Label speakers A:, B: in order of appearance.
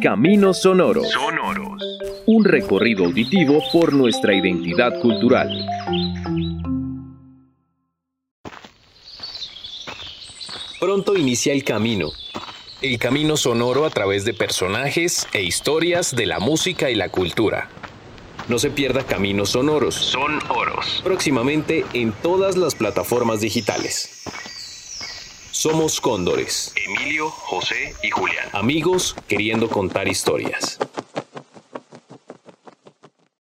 A: Caminos Sonoros. Sonoros. Un recorrido auditivo por nuestra identidad cultural.
B: Pronto inicia el camino. El camino sonoro a través de personajes e historias de la música y la cultura. No se pierda Caminos Sonoros. Son oros. Próximamente en todas las plataformas digitales. Somos Cóndores.
C: Emilio, José y Julián.
B: Amigos queriendo contar historias.